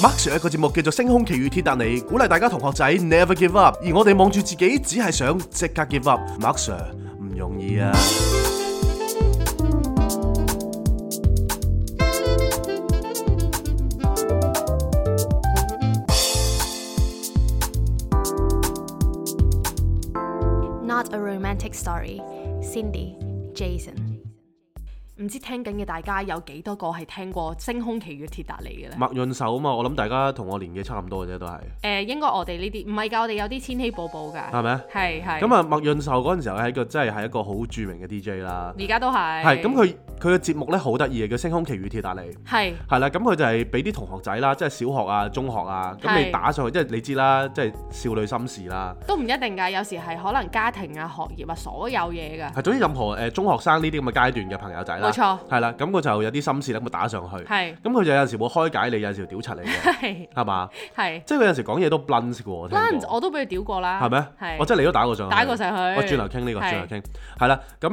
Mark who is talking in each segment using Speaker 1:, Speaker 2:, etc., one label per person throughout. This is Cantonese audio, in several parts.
Speaker 1: Mark Sir 一個節目叫做《星空奇遇鐵達尼》，鼓勵大家同學仔 never give up，而我哋望住自己，只係想即刻 give up。Mark Sir 唔容易啊！
Speaker 2: Not a romantic story. Cindy, Jason。唔知聽緊嘅大家有幾多個係聽過《星空奇遇鐵達尼》嘅呢？
Speaker 1: 麥潤壽啊嘛，我諗大家同我年紀差唔多嘅啫，都係
Speaker 2: 誒、應該我哋呢啲唔係㗎，我哋有啲千禧寶寶㗎，
Speaker 1: 係咪啊？
Speaker 2: 係係。
Speaker 1: 咁啊，麥潤壽嗰陣時候係一個真係係一個好著名嘅 DJ 啦。
Speaker 2: 而家都係
Speaker 1: 係咁，佢佢嘅節目咧好得意嘅，叫《星空奇遇鐵達尼》。
Speaker 2: 係
Speaker 1: 係啦，咁佢就係俾啲同學仔啦，即係小學啊、中學啊，咁
Speaker 2: 係
Speaker 1: 你打上去，即係你知啦，即係少女心事啦，
Speaker 2: 都唔一定㗎，有時係可能家庭啊、學業啊，所有嘢㗎。
Speaker 1: 係總之任何誒、呃中學生呢啲咁嘅階段嘅朋友仔啦，
Speaker 2: 冇錯
Speaker 1: 係啦，咁佢就有啲心事咧，咁打上去，咁
Speaker 2: 哦係
Speaker 1: 佢就有陣時會開解你，有陣時會屌柒你 嘅，
Speaker 2: 係
Speaker 1: 係嘛？
Speaker 2: 係。
Speaker 1: 即係佢有陣時講嘢都 blunt 嘅喎，我聽
Speaker 2: l
Speaker 1: 過
Speaker 2: u n 我都俾佢屌過啦。
Speaker 1: 係咩？
Speaker 2: 係。
Speaker 1: 我真係你都打過上去，
Speaker 2: 打過上去。
Speaker 1: 我轉頭傾呢個，
Speaker 2: 係
Speaker 1: 轉頭傾係啦。咁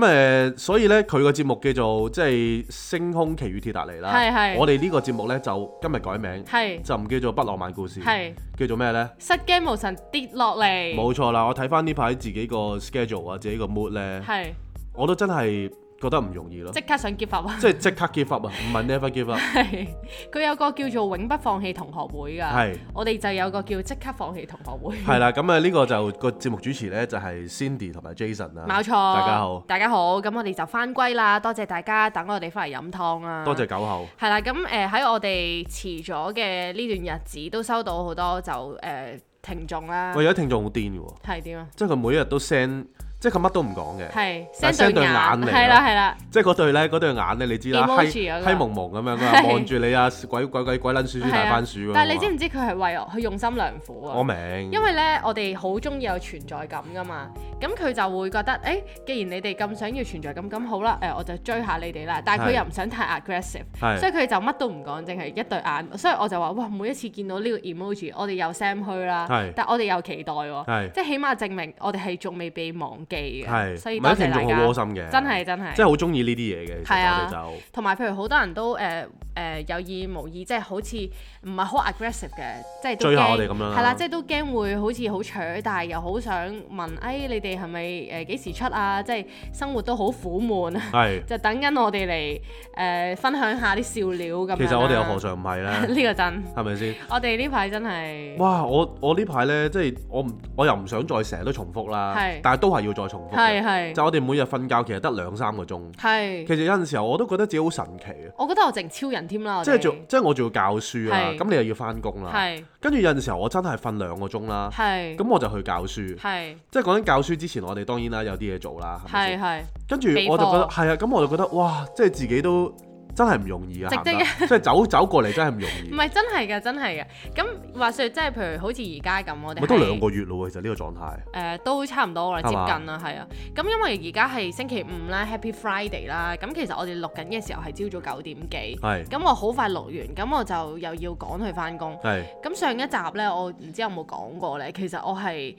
Speaker 1: 誒，所以咧佢個節目叫做即係《星空奇遇鐵達尼》啦。
Speaker 2: 係係
Speaker 1: 我哋呢個節目咧就今日改名，
Speaker 2: 係
Speaker 1: 就唔叫做不浪漫故事，
Speaker 2: 係
Speaker 1: 叫做咩咧？
Speaker 2: 失驚無神跌落嚟。
Speaker 1: 冇錯啦，我睇翻呢排自己個 schedule 啊，自己個 mood 咧，
Speaker 2: 係
Speaker 1: 我都真係覺得唔容易咯，
Speaker 2: 即刻想結合啊！
Speaker 1: 即係即刻 give up 啊，唔係 never give up，
Speaker 2: 係，佢有個叫做永不放棄同學會㗎，
Speaker 1: 係
Speaker 2: 我哋就有個叫即刻放棄同學會，
Speaker 1: 係啦，咁啊呢個就個節目主持咧就係 Cindy 同埋 Jason 啦，
Speaker 2: 冇錯。
Speaker 1: 啊大家好，
Speaker 2: 大家好，咁我哋就翻歸啦，多謝大家等我哋翻嚟飲湯啦，
Speaker 1: 多謝。九後，
Speaker 2: 係啦，咁誒喺我哋遲咗嘅呢段日子都收到好多就誒、呃、聽眾啦
Speaker 1: 我，有啲聽眾好癲嘅喎，
Speaker 2: 係點啊？
Speaker 1: 即係佢每一日都 send，即係佢乜都唔講嘅。
Speaker 2: 係
Speaker 1: 但係
Speaker 2: send 對眼，
Speaker 1: send 對眼嚟啊
Speaker 2: 係啦係啦，
Speaker 1: 即係嗰對咧，嗰對眼咧，你知啦，
Speaker 2: Emoji
Speaker 1: 閪
Speaker 2: 啊嗰個
Speaker 1: 閪蒙蒙咁樣，佢話
Speaker 2: 係
Speaker 1: 望住你啊，鬼鬼鬼鬼撚鼠鼠
Speaker 2: 係
Speaker 1: 大
Speaker 2: 啊
Speaker 1: 番薯咁樣。
Speaker 2: 但係你知唔知佢係為我佢用心良苦啊？
Speaker 1: 我明，
Speaker 2: 因為咧，我哋好中意有存在感噶嘛，咁佢就會覺得，誒、既然你哋咁想要存在感，咁好啦，誒、我就追下你哋啦。但係佢
Speaker 1: 係
Speaker 2: 又唔想太 aggressive，
Speaker 1: 係
Speaker 2: 所以佢就乜都唔講，淨係一對眼。所以我就話，哇，每一次見到呢個 emoji，我哋又 sam 虛啦
Speaker 1: 係，
Speaker 2: 但我哋又期待喎，
Speaker 1: 係
Speaker 2: 即係起碼證明我哋係仲未被忘記嘅。
Speaker 1: 係
Speaker 2: 所以
Speaker 1: 唔
Speaker 2: 多
Speaker 1: 係啲
Speaker 2: 謝
Speaker 1: 聽
Speaker 2: 大
Speaker 1: 眾好窩
Speaker 2: 家，
Speaker 1: 心嘅，
Speaker 2: 真係真係
Speaker 1: 即。係好中意呢啲嘢嘅。其
Speaker 2: 係啊
Speaker 1: 實我哋
Speaker 2: 同埋譬如好多人都誒誒、呃呃有意無意，即係好似唔係好 aggressive 嘅，即係都
Speaker 1: 追下
Speaker 2: 驚
Speaker 1: 我哋咁樣啦
Speaker 2: 係啦，即係都驚會好似好搶，但係又好想問，誒、哎、你哋係咪誒幾時出啊？即係生活都好苦悶啊，
Speaker 1: 就係
Speaker 2: 就等緊我哋嚟誒分享下啲笑料咁樣啦。
Speaker 1: 其實我哋又何嘗唔係咧？
Speaker 2: 呢個真，
Speaker 1: 係咪先？
Speaker 2: 我哋呢排真係
Speaker 1: 哇！我我呢排咧，即係我唔我又唔想再成日都重複啦
Speaker 2: 係，
Speaker 1: 但係都係要再重複
Speaker 2: 係
Speaker 1: 嘅。
Speaker 2: 係
Speaker 1: 就我哋每日瞓覺其實得兩三個鐘，
Speaker 2: 係，
Speaker 1: 其實有陣時候我都覺得自己好神奇啊！
Speaker 2: 我覺得我淨超人添啦，我
Speaker 1: 即係
Speaker 2: 哋
Speaker 1: 做即係我仲要教書啦，
Speaker 2: 係
Speaker 1: 咁你又要翻工啦，
Speaker 2: 係
Speaker 1: 跟住有陣時候我真係瞓兩個鐘啦。
Speaker 2: 係
Speaker 1: 啊咁我就去教書，
Speaker 2: 係
Speaker 1: 即係講緊教書之前，我哋當然啦有啲嘢做啦，係咪
Speaker 2: 係
Speaker 1: 先？
Speaker 2: 係
Speaker 1: 跟住
Speaker 2: 備課
Speaker 1: 我就覺得係啊，咁我就覺得哇，即係自己都真係唔容易啊，
Speaker 2: 值
Speaker 1: 行
Speaker 2: 得
Speaker 1: 得
Speaker 2: 嘅
Speaker 1: 即係走走過嚟真係唔容
Speaker 2: 唔
Speaker 1: 易，
Speaker 2: 係真係嘅，真係嘅。咁話説，即係譬如好似而家咁，我哋
Speaker 1: 咪都
Speaker 2: 啊係
Speaker 1: 兩個月咯喎，其實呢個狀態
Speaker 2: 誒、都差唔多啦，接
Speaker 1: 係
Speaker 2: 近
Speaker 1: 嘛
Speaker 2: 啦，係啊。咁因為而家係星期五啦，Happy Friday 啦。咁其實我哋錄緊嘅時候係朝早九點幾。
Speaker 1: 係
Speaker 2: 咁我好快錄完，咁我就又要趕去翻工。
Speaker 1: 係
Speaker 2: 咁啊上一集呢，我唔知有冇講過呢，其實我係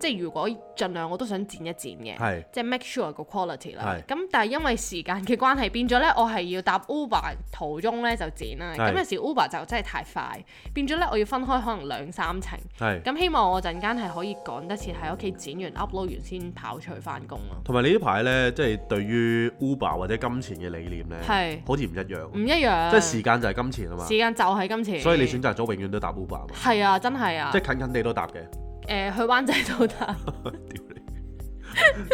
Speaker 2: 即係如果盡量我都想剪一剪嘅。
Speaker 1: 係
Speaker 2: 即係 make sure 個 quality 啦
Speaker 1: 係。
Speaker 2: 咁但係因為時間嘅關係，變咗咧，我係要搭 Uber 途中咧就剪啦。
Speaker 1: 係
Speaker 2: 咁有時 Uber 就真係太快，變咗咧我要分開可能兩三程。
Speaker 1: 係。
Speaker 2: 咁希望我陣間係可以趕得切喺屋企剪完 upload 完先跑出去翻工咯。
Speaker 1: 同埋你呢排呢，即係對於 Uber 或者金錢嘅理念呢，
Speaker 2: 係
Speaker 1: 好似唔一樣，
Speaker 2: 唔一樣，
Speaker 1: 即係時間就係金錢啊嘛，
Speaker 2: 時間就係今次。
Speaker 1: 所以你選擇咗永遠都搭 Uber 啊嘛，
Speaker 2: 係啊，真係啊
Speaker 1: 即。係近近地都搭嘅，
Speaker 2: 誒、去灣仔都得。
Speaker 1: 屌你，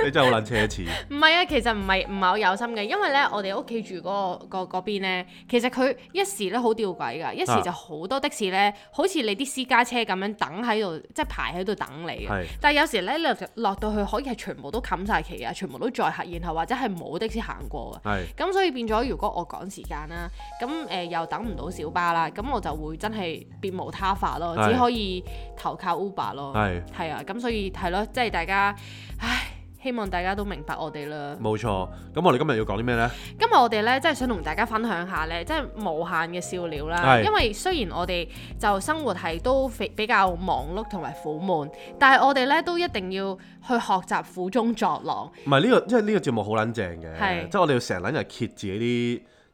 Speaker 1: 你真係好撚奢 侈，
Speaker 2: 唔係啊，其實唔係唔係我有心嘅，因為咧我哋屋企住嗰、個個嗰邊咧，其實佢一時咧好吊詭㗎，一時就好多的士
Speaker 1: 啊
Speaker 2: 咧，好似你啲私家車咁樣等喺度，即係排喺度等你嘅
Speaker 1: 係。
Speaker 2: 但係有時咧落落到去可以係全部都冚晒旗啊，全部都載客，然後或者係冇的士行過啊。
Speaker 1: 係
Speaker 2: 咁所以變咗，如果我趕時間啦，咁誒、呃又等唔到小巴啦，咁我就會真係別無他法咯，
Speaker 1: 係
Speaker 2: 只可以投靠 Uber 咯。
Speaker 1: 係。
Speaker 2: 係啊，咁所以係咯，即係大家，唉，希望大家都明白我哋啦。
Speaker 1: 冇錯，咁我哋今日要講啲咩呢？
Speaker 2: 今日我哋咧，真係想同大家分享下咧，即係無限嘅笑料啦。
Speaker 1: 係
Speaker 2: 因為雖然我哋就生活係都比比較忙碌同埋苦悶，但係我哋咧都一定要去學習苦中作樂。
Speaker 1: 唔係呢個，因為呢個節目好撚正嘅，
Speaker 2: 係
Speaker 1: 即係我哋要成撚日揭自己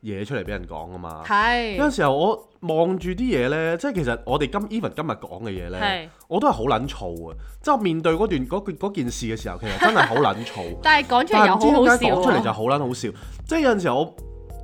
Speaker 1: 啲嘢出嚟俾人講啊嘛。有陣
Speaker 2: 係
Speaker 1: 時候我望住啲嘢呢，即係其實我哋今 even 今日講嘅嘢呢
Speaker 2: 係，。
Speaker 1: 我都係好撚燥啊！即係我面對嗰段嗰件嗰件事嘅時候，其實真係好撚燥
Speaker 2: 但係講出嚟
Speaker 1: 但係
Speaker 2: 又
Speaker 1: 唔知
Speaker 2: 好好
Speaker 1: 點解
Speaker 2: 笑啊
Speaker 1: 講出嚟就
Speaker 2: 喎。
Speaker 1: 好撚好笑。即係有陣時候我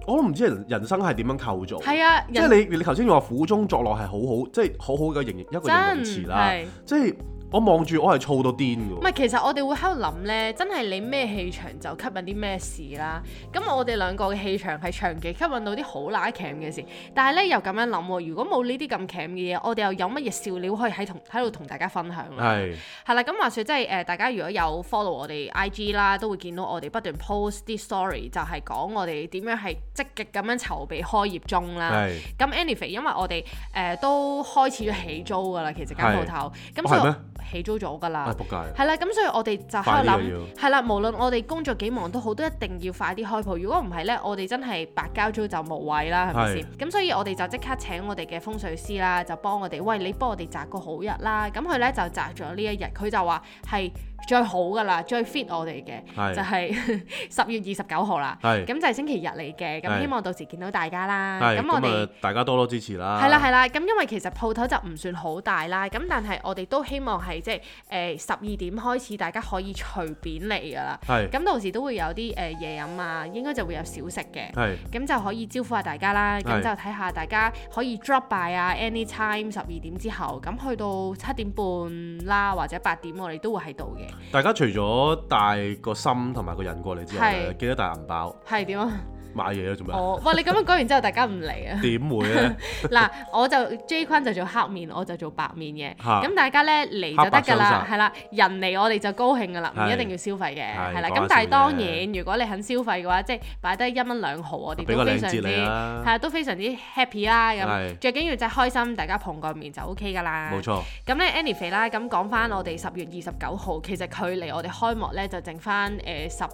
Speaker 1: 我都唔知人人生係點樣構造。
Speaker 2: 係啊，
Speaker 1: 即
Speaker 2: 人
Speaker 1: 係你你頭先話苦中作樂係好好，即係好好嘅形一個形容詞
Speaker 2: 真
Speaker 1: 啦。
Speaker 2: 係。
Speaker 1: 即係我望住我係燥到癲
Speaker 2: 唔
Speaker 1: 㗎喎。
Speaker 2: 係，其實我哋會喺度諗呢，真係你咩氣場就吸引啲咩事啦。咁我哋兩個嘅氣場係長期吸引到啲好乸鉗嘅事，但係呢，又咁樣諗喎，如果冇呢啲咁鉗嘅嘢，我哋又有乜嘢笑料可以喺同喺度同大家分享咧？
Speaker 1: 係
Speaker 2: 係啦，咁話説即係呃誒，大家如果有 follow 我哋 IG 啦，都會見到我哋不斷 post 啲 story，就係講我哋點樣係積極咁樣籌備開業中啦。
Speaker 1: 係。
Speaker 2: 咁 anyway，因為我哋誒、呃都開始咗起租噶啦，其實間鋪頭，咁
Speaker 1: 哦係
Speaker 2: 所以
Speaker 1: 咩
Speaker 2: 起租咗噶啦
Speaker 1: 啊，。仆街！
Speaker 2: 係啦，咁所以我哋就喺
Speaker 1: 快
Speaker 2: 度
Speaker 1: 啲啊要
Speaker 2: 諗，係啦，無論我哋工作幾忙都好，都一定要快啲開鋪。如果唔係呢，我哋真係白交租就無謂啦，係咪先？咁所以我哋就即刻請我哋嘅風水師啦，就幫我哋，喂，你幫我哋擇個好日啦。咁佢呢就擇咗呢一日，佢就話係最好噶啦，最 fit 我哋嘅
Speaker 1: 係
Speaker 2: 就係 十月二十九號啦。
Speaker 1: 係
Speaker 2: 咁就係星期日嚟
Speaker 1: 係
Speaker 2: 嘅，咁希望到時見到大家啦。
Speaker 1: 係
Speaker 2: 咁我哋。
Speaker 1: 啊，大家多多支持啦。
Speaker 2: 係啦係啦，咁因為其實鋪頭就唔算好大啦，咁但係我哋都希望係即係誒十二點開始，大家可以隨便嚟㗎啦。
Speaker 1: 係
Speaker 2: 咁到時都會有啲誒、呃嘢飲啊，應該就會有小食嘅，
Speaker 1: 係
Speaker 2: 咁就可以招呼下大家啦。咁
Speaker 1: 係
Speaker 2: 就睇下大家可以 drop by 啊，anytime 十二點之後，咁去到七點半啦或者八點，我哋都會喺度嘅。
Speaker 1: 大家除咗帶個心同埋個人過嚟之外咧，
Speaker 2: 係
Speaker 1: 記得帶銀包
Speaker 2: 係 點啊？
Speaker 1: 買嘢啦，做咩？
Speaker 2: 我哇！你咁樣講完之後，大家唔嚟啊！
Speaker 1: 點會 咧？
Speaker 2: 嗱，我就 J 君就做黑面，我就做白面嘅。
Speaker 1: 嚇
Speaker 2: 咁大家咧嚟就得㗎啦，係啦，人嚟我哋就高興㗎啦，唔
Speaker 1: 係
Speaker 2: 一定要消費嘅，
Speaker 1: 係
Speaker 2: 係啦。
Speaker 1: 講下
Speaker 2: 咁但
Speaker 1: 笑
Speaker 2: 係
Speaker 1: 啫
Speaker 2: 當然，如果你肯消費嘅話，即係擺低一蚊兩毫，我哋
Speaker 1: 俾個
Speaker 2: 都非常
Speaker 1: 靚
Speaker 2: 之
Speaker 1: 節你
Speaker 2: 係
Speaker 1: 啦，
Speaker 2: 啊，都非常之 happy 啦。
Speaker 1: 係
Speaker 2: 咁最緊要就係開心，大家碰個面就 OK 㗎啦。
Speaker 1: 冇錯，
Speaker 2: 咁咧 anyway 啦，咁講翻我哋十月二十九號，其實距離我哋開幕咧就剩翻誒十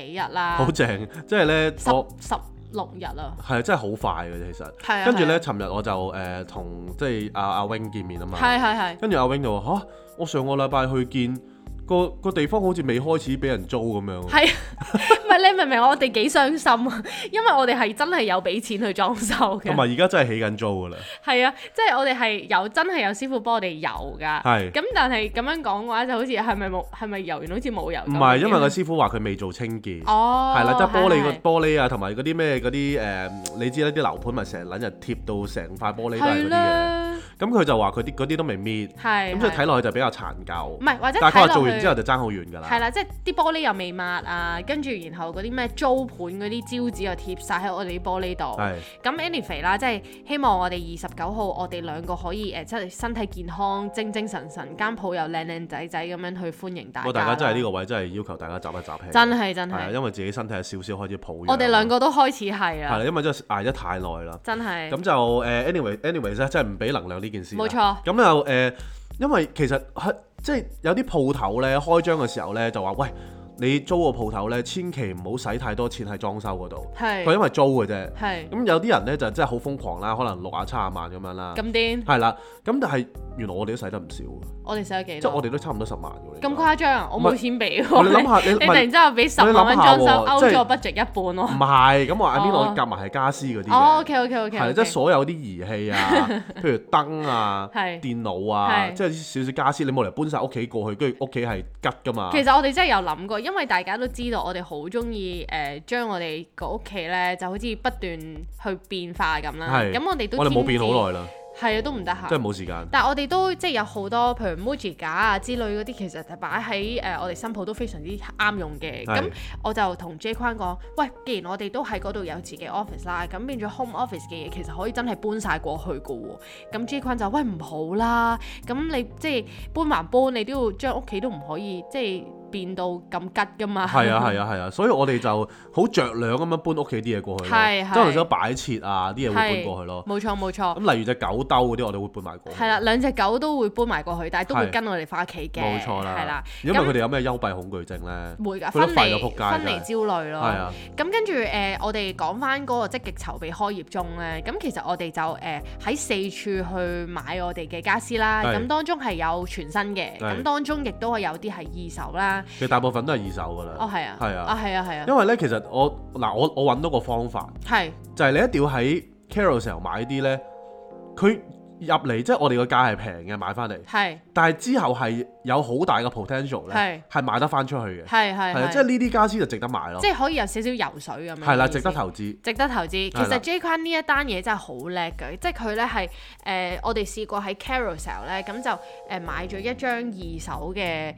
Speaker 2: 幾日啦，
Speaker 1: 好正。即係咧，
Speaker 2: 十
Speaker 1: 我
Speaker 2: 十六日啦。
Speaker 1: 係真係好快嘅其實。
Speaker 2: 係啊，
Speaker 1: 跟住
Speaker 2: 係啊
Speaker 1: 咧，，尋日我就誒同即係阿阿 wing 見面啊嘛。
Speaker 2: 係係係。
Speaker 1: 跟住阿 wing 就話吓，我上個禮拜去見個個地方好似未開始俾人租咁樣。
Speaker 2: 係啊，唔係你明唔明？我哋幾傷心啊，因為我哋係真係有俾錢去裝修
Speaker 1: 同
Speaker 2: 嘅，
Speaker 1: 埋而家真係起緊租㗎啦，
Speaker 2: 係啊，即係我哋係有真係有師傅幫我哋油噶。
Speaker 1: 係
Speaker 2: 咁但係咁樣講嘅話，就好似係咪冇係咪油完好似冇油咁？
Speaker 1: 唔係因為個師傅話佢未做清潔。
Speaker 2: 哦，
Speaker 1: 係啦，即係玻璃
Speaker 2: 係
Speaker 1: 個玻璃啊，同埋嗰啲咩嗰啲誒，你知啦，啲樓盤咪成日撚日貼到成塊玻璃都係
Speaker 2: 係
Speaker 1: 嗰啲嘅。
Speaker 2: 啦，
Speaker 1: 咁佢就話佢啲嗰啲都未搣，
Speaker 2: 係
Speaker 1: 咁所以
Speaker 2: 係
Speaker 1: 睇落去就比較殘
Speaker 2: 唔
Speaker 1: 舊。
Speaker 2: 係或者
Speaker 1: 但係佢話
Speaker 2: 睇
Speaker 1: 做
Speaker 2: 落
Speaker 1: 完之
Speaker 2: 去
Speaker 1: 後就爭好遠㗎
Speaker 2: 係
Speaker 1: 啦。
Speaker 2: 啦，即係啲玻璃又未抹啊，跟住然後嗰啲咩租盤嗰啲招紙又貼晒喺我哋啲玻璃度。
Speaker 1: 係
Speaker 2: 咁 anyway 啦，即係希望我哋二十九號，我哋兩個可以呃誒，即、係身體健康、精精神神，間鋪又靚靚仔仔咁樣去歡迎大
Speaker 1: 不過
Speaker 2: 家。
Speaker 1: 大家真係呢個，位真係要求大家集一集氣。
Speaker 2: 真係真
Speaker 1: 係啊，
Speaker 2: 係，
Speaker 1: 因為自己身體有少少開始抱恙。啊
Speaker 2: 我哋兩個都開始係
Speaker 1: 係
Speaker 2: 啦，
Speaker 1: 啦，因為真係捱得太耐啦。
Speaker 2: 真係
Speaker 1: 咁就誒，anyway，anyways 咧，真係唔俾能量呢件事啦。
Speaker 2: 冇錯
Speaker 1: 咁就誒，因為其實係即係有啲鋪頭咧開張嘅時候咧，就話喂，你租個鋪頭咧，千祈唔好使太多錢喺裝修嗰度。佢
Speaker 2: 係
Speaker 1: 因為租嘅啫。
Speaker 2: 係
Speaker 1: 咁有啲人咧就真係好瘋狂啦，可能六啊七啊萬咁樣啦。
Speaker 2: 咁癲，
Speaker 1: 係啦，咁但係原來我哋都使得唔少嘅，
Speaker 2: 我哋使咗幾
Speaker 1: 即係我
Speaker 2: 多？
Speaker 1: 哋都差唔多十萬嘅。
Speaker 2: 咁誇張，啊我
Speaker 1: 唔
Speaker 2: 冇
Speaker 1: 係
Speaker 2: 錢俾
Speaker 1: 我
Speaker 2: 喎。
Speaker 1: 你諗下，你
Speaker 2: 你突然
Speaker 1: 唔
Speaker 2: 之間俾十
Speaker 1: 你諗
Speaker 2: 萬蚊
Speaker 1: 下
Speaker 2: 裝
Speaker 1: 喎
Speaker 2: 修，
Speaker 1: 即
Speaker 2: 勾
Speaker 1: 係
Speaker 2: 咗 budget 一半喎。
Speaker 1: 係咁我 I mean
Speaker 2: 哦
Speaker 1: 我夾埋係家私嗰啲
Speaker 2: 哦
Speaker 1: 嘅，
Speaker 2: ，OK OK OK，
Speaker 1: 係啦即係所有啲儀器 啊，譬如燈啊、
Speaker 2: 係
Speaker 1: 電腦啊，
Speaker 2: 係
Speaker 1: 即係少少家私，你冇嚟搬晒屋企過去，跟住屋企係吉㗎嘛。
Speaker 2: 其實我哋真係有諗過，因為大家都知道我哋好中意誒將我哋個屋企咧就好似不斷去變化咁啦。
Speaker 1: 係
Speaker 2: 咁我哋都
Speaker 1: 我哋冇
Speaker 2: 變
Speaker 1: 變好耐啦，
Speaker 2: 耐，係啊都唔得
Speaker 1: 真
Speaker 2: 閒。
Speaker 1: 係冇時間。
Speaker 2: 但係我哋都即係有好多譬如 Muji 架啊之類嗰啲，其實就擺喺誒我哋新鋪都非常之啱用嘅。
Speaker 1: 係
Speaker 2: 咁我就同 J 框講：喂，既然我哋都喺嗰度有自己 office 啦，咁變咗 home office 嘅嘢其實可以真係搬晒過去嘅喎。咁 J 框就喂唔好啦，咁你即係搬還搬，你都要將屋企都唔可以即係變到咁吉噶嘛。
Speaker 1: 係 啊係啊係啊，所以我哋就好着量咁樣搬屋企啲嘢過去咯，
Speaker 2: 係係
Speaker 1: 即係想擺設啊啲嘢會搬
Speaker 2: 係
Speaker 1: 過去咯。
Speaker 2: 冇錯冇錯。
Speaker 1: 咁例如隻狗兜嗰啲，我哋會搬埋過去。
Speaker 2: 係啦，兩隻狗都會搬埋過去，但係都會
Speaker 1: 係
Speaker 2: 跟我哋翻屋企嘅，
Speaker 1: 冇錯啦。
Speaker 2: 係啦，
Speaker 1: 因為佢哋有咩幽閉恐懼症咧？
Speaker 2: 會㗎，
Speaker 1: 佢都
Speaker 2: 分
Speaker 1: 快到
Speaker 2: 離
Speaker 1: 仆街
Speaker 2: 分
Speaker 1: 真係
Speaker 2: 離焦慮
Speaker 1: 係
Speaker 2: 咯。
Speaker 1: 啊，
Speaker 2: 咁跟住誒、呃我哋講翻嗰個積極籌備開業中咧，咁其實我哋就呃誒喺、四處去買我哋嘅家私啦，
Speaker 1: 係
Speaker 2: 咁當中係有全新嘅，
Speaker 1: 係
Speaker 2: 咁當中亦都係有啲係二手啦，啦。
Speaker 1: 其實大部分都係二手㗎啦。
Speaker 2: 哦，係啊，
Speaker 1: 係啊
Speaker 2: 啊係啊係啊，
Speaker 1: 因為咧，其實我嗱我我揾到個方法，
Speaker 2: 係
Speaker 1: 就係、你一定要喺 Carousell 買啲咧，佢入嚟即係我哋個價係平嘅買翻嚟，
Speaker 2: 係
Speaker 1: 但係之後係有好大嘅 potential
Speaker 2: 係
Speaker 1: 咧，係賣得翻出去嘅，
Speaker 2: 係係
Speaker 1: 係啊，
Speaker 2: 係，
Speaker 1: 即係呢啲家私就值得買咯
Speaker 2: 即，係可以有少少游水咁樣。
Speaker 1: 係啦，值得。投資，
Speaker 2: 值得投資。其
Speaker 1: 係啦
Speaker 2: 實 J Kwan 呢一單嘢真係好叻嘅，即係佢咧係誒，我哋試過喺 Carousel 咧，咁就誒、買咗一張二手嘅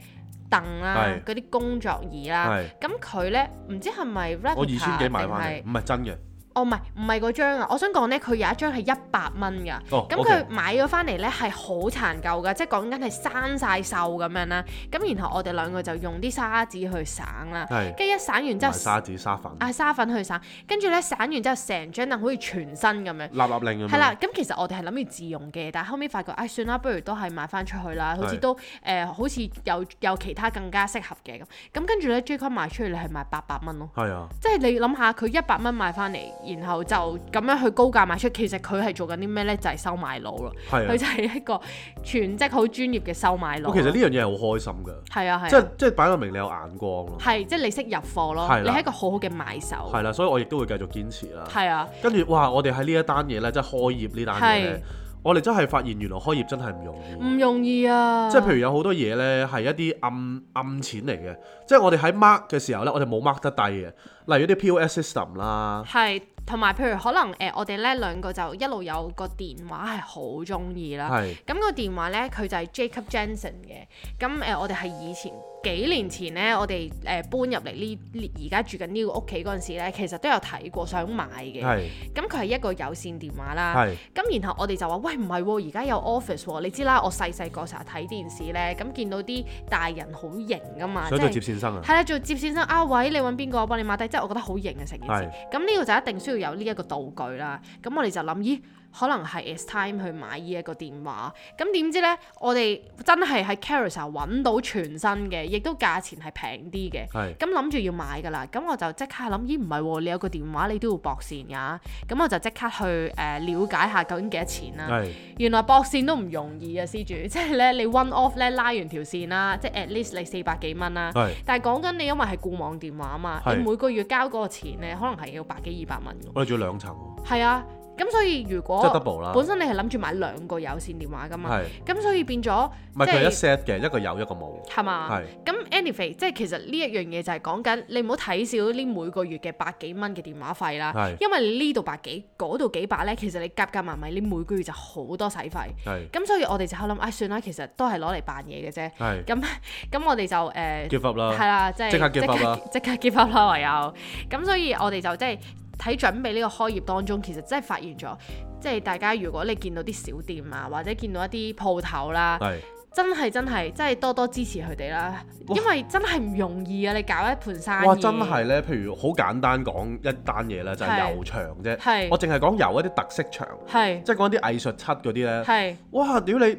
Speaker 2: 凳啦，
Speaker 1: 係
Speaker 2: 嗰啲工作椅啦。
Speaker 1: 係
Speaker 2: 咁佢咧唔知係咪 replica
Speaker 1: 我二千幾買翻
Speaker 2: 定
Speaker 1: 嚟，
Speaker 2: 係
Speaker 1: 唔係真嘅，
Speaker 2: 哦，唔係唔係嗰張啊！我想講咧，佢有一張係一百蚊㗎。
Speaker 1: 哦
Speaker 2: 咁佢買咗翻嚟咧係好殘舊㗎，即係講緊係生晒鏽咁樣啦。咁然後我哋兩個就用啲砂紙去省啦，
Speaker 1: 係
Speaker 2: 跟住一省完
Speaker 1: 唔
Speaker 2: 之
Speaker 1: 係
Speaker 2: 後，
Speaker 1: 沙子沙粉，
Speaker 2: 啊沙粉去省，跟住咧省完之後，成張凳好似全新咁樣。
Speaker 1: 立立令咁
Speaker 2: 係啦
Speaker 1: 樣，，
Speaker 2: 咁其實我哋係諗住自用嘅，但係後尾發覺，唉、算啦，不如都係賣翻出去啦，好似
Speaker 1: 係
Speaker 2: 都誒、呃好似有有其他更加適合嘅咁。咁跟住咧 j c o 賣出去，你係賣八百蚊咯。
Speaker 1: 係啊，
Speaker 2: 即係你諗下，佢一百蚊買翻嚟，然後就咁樣去高價賣出，其實佢係做緊啲咩呢？就係、收買佬咯，
Speaker 1: 係啊，
Speaker 2: 佢
Speaker 1: 哦
Speaker 2: 就係一個全職好專業嘅收買佬。
Speaker 1: 我其實呢樣嘢係好開心㗎，
Speaker 2: 係啊
Speaker 1: 即
Speaker 2: 係啊，
Speaker 1: 係即係擺到明你有眼光咯，
Speaker 2: 係即係你識入貨咯，
Speaker 1: 係
Speaker 2: 你
Speaker 1: 啦
Speaker 2: 係一個好好嘅買手。
Speaker 1: 係啦，所以我亦都會繼續堅持啦。
Speaker 2: 係啊，
Speaker 1: 跟住哇！我哋喺呢一單嘢咧，即係開業呢單嘢
Speaker 2: 係
Speaker 1: 咧，我哋真係發現原來開業真係唔容易。
Speaker 2: 唔容易啊。
Speaker 1: 即係譬如有好多嘢咧係一啲暗暗錢嚟嘅，即係我哋喺 mark 嘅時候咧，我哋冇 mark 得低嘅，例如啲 POS system 啦，
Speaker 2: 係，同埋譬如可能誒、呃我哋咧兩個就一路有個電話係好中意啦。
Speaker 1: 係
Speaker 2: 咁個電話咧，佢就係 Jacob Jensen 嘅。咁誒、呃我哋係以前幾年前咧，我哋誒、呃搬入嚟呢呢而家住緊呢個屋企嗰陣時咧，其實都有睇過想買嘅。
Speaker 1: 係
Speaker 2: 咁啊佢係啊一個有線電話啦。
Speaker 1: 係
Speaker 2: 咁然後我哋就話：喂，唔係喎，而家有 Office 喎、你知啦，我細細個成日睇電視咧，咁見到啲大人好型噶嘛，
Speaker 1: 想做
Speaker 2: 即係
Speaker 1: 接線生啊，
Speaker 2: 係啦，做接線生啊，喂，你揾邊個幫你抹低？即係我覺得好型嘅成件事
Speaker 1: 係。
Speaker 2: 咁呢個就一定需要有呢一個道具啦。咁我哋就諗，咦，可能係 it's time 去買呢一個電話。咁點知呢？我哋真係喺 Carousel 揾到全新嘅，亦都價錢係平啲嘅。
Speaker 1: 係
Speaker 2: 咁諗住要買㗎啦，咁我就即刻諗，咦唔係喎，你有個電話你都要駁線㗎，咁我就即刻去誒、呃了解下究竟幾多錢啦。
Speaker 1: 係
Speaker 2: 原來駁線都唔容易啊，施主， 即係咧你 one off 咧拉完條線啦，即係 at least 你四百幾蚊啦。
Speaker 1: 係。
Speaker 2: 但係講緊你因為係固網電話啊嘛，你
Speaker 1: 係
Speaker 2: 每個月交嗰個錢咧，可能係要百幾二百蚊㗎。
Speaker 1: 我哋仲有兩層喎，
Speaker 2: 係啊，咁所以如
Speaker 1: 即係
Speaker 2: 果
Speaker 1: double 啦，
Speaker 2: 本身你係諗住買兩個有線電話㗎嘛，
Speaker 1: 係
Speaker 2: 咁所以變咗
Speaker 1: 唔係
Speaker 2: 即
Speaker 1: 佢係一
Speaker 2: 係啊
Speaker 1: set 嘅，一個有一個冇，
Speaker 2: 係嘛？
Speaker 1: 係
Speaker 2: 咁 anyway，即係其實呢一樣嘢就係講緊你唔好睇少呢每個月嘅百幾蚊嘅電話費啦
Speaker 1: 係，
Speaker 2: 因為你呢度百幾，嗰度幾百咧，其實你夾夾埋埋，你每個月就好多使費。
Speaker 1: 係
Speaker 2: 咁所以我哋就喺度諗，唉、算啦，其實都係攞嚟扮嘢嘅啫。
Speaker 1: 係
Speaker 2: 咁咁我哋就誒。呃
Speaker 1: give up
Speaker 2: 係
Speaker 1: 啦，
Speaker 2: 啦，即係
Speaker 1: 即刻 give up 啦
Speaker 2: 即刻 give up 啦，唯有咁，所以我哋就即係喺準備呢個開業當中，其實真係發現咗，即係大家如果你見到啲小店啊，或者見到一啲鋪頭啦，
Speaker 1: 係
Speaker 2: 真係真係真係多多支持佢哋啦，
Speaker 1: 哇
Speaker 2: 因為真係唔容易啊！你搞一盤生意，
Speaker 1: 哇！真係咧，譬如好簡單講一單嘢咧，就係
Speaker 2: 係
Speaker 1: 遊場啫。我
Speaker 2: 係
Speaker 1: 淨係講遊一啲特色場，
Speaker 2: 係
Speaker 1: 即係講啲藝術漆嗰啲咧。
Speaker 2: 係，
Speaker 1: 哇！屌你，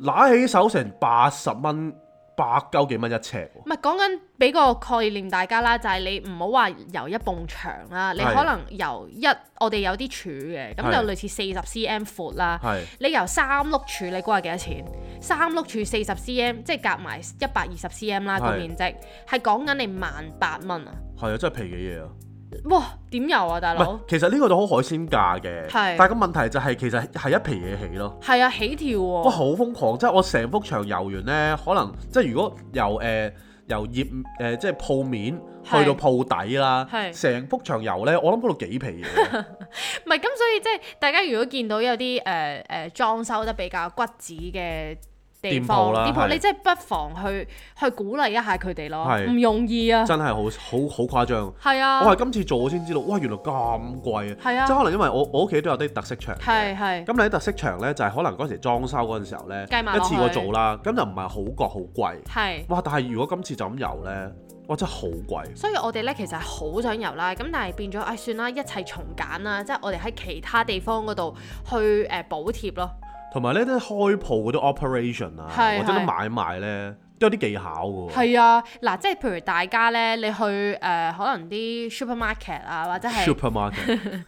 Speaker 1: 揦起手成八十蚊，百鳩幾蚊一尺喎。
Speaker 2: 唔係講緊俾個概念大家啦，就係、你唔好話由一埲牆啦，你
Speaker 1: 係
Speaker 2: 可能由一我哋有啲柱嘅，咁
Speaker 1: 係
Speaker 2: 就類似四十 cm 闊啦。
Speaker 1: 係
Speaker 2: 你由三碌柱，你估下幾多錢？三碌柱四十 cm，即係夾埋一百二十 cm 啦個
Speaker 1: 係
Speaker 2: 面積，係講緊你萬八蚊啊！
Speaker 1: 係啊，真係皮嘅嘢啊！
Speaker 2: 哇，點有啊，大
Speaker 1: 唔
Speaker 2: 佬
Speaker 1: 係，？其實呢個就好海鮮價嘅，
Speaker 2: 係
Speaker 1: 但係個問題就係其實係一皮嘢起咯。
Speaker 2: 係啊，起跳
Speaker 1: 哇！
Speaker 2: 喎、
Speaker 1: 好瘋狂，即係我成幅牆遊完呢，可能即係如果由誒、呃由葉誒、呃即係鋪面去
Speaker 2: 係
Speaker 1: 到鋪底啦，
Speaker 2: 係
Speaker 1: 成幅牆遊呢，我諗嗰度幾皮 嘢。
Speaker 2: 唔係咁，所以即係大家如果見到有啲誒誒裝修得比較骨子嘅地
Speaker 1: 店鋪
Speaker 2: 方
Speaker 1: 啦
Speaker 2: 店鋪
Speaker 1: 係
Speaker 2: 你即係不妨去去鼓勵一下佢哋咯，
Speaker 1: 係
Speaker 2: 唔容易啊，
Speaker 1: 真係好好好誇張。
Speaker 2: 係
Speaker 1: 我
Speaker 2: 啊，
Speaker 1: 係今次做先知道，哇！原來咁貴啊！
Speaker 2: 係啊
Speaker 1: 即係可能因為我我屋企都有啲特色牆嘅。
Speaker 2: 係係
Speaker 1: 咁你喺特色場咧，就係、可能嗰陣時裝修嗰陣時候咧，
Speaker 2: 計埋落
Speaker 1: 一
Speaker 2: 去
Speaker 1: 次過做啦，咁就唔係好覺好貴。
Speaker 2: 係。
Speaker 1: 哇！但係如果今次就咁遊咧，哇真係好貴。
Speaker 2: 所以我哋咧其實係好想遊啦，咁但係變咗，唉、算啦，一切從簡啦，即係我哋喺其他地方嗰度去誒、呃、補貼咯，
Speaker 1: 同埋咧啲開鋪嗰啲 operation 啊，
Speaker 2: 係
Speaker 1: 或者啲
Speaker 2: 係
Speaker 1: 買賣咧，都有啲技巧嘅喎。
Speaker 2: 係啊，嗱，即係譬如大家咧，你去誒、呃可能啲 supermarket 啊，或者係
Speaker 1: supermarket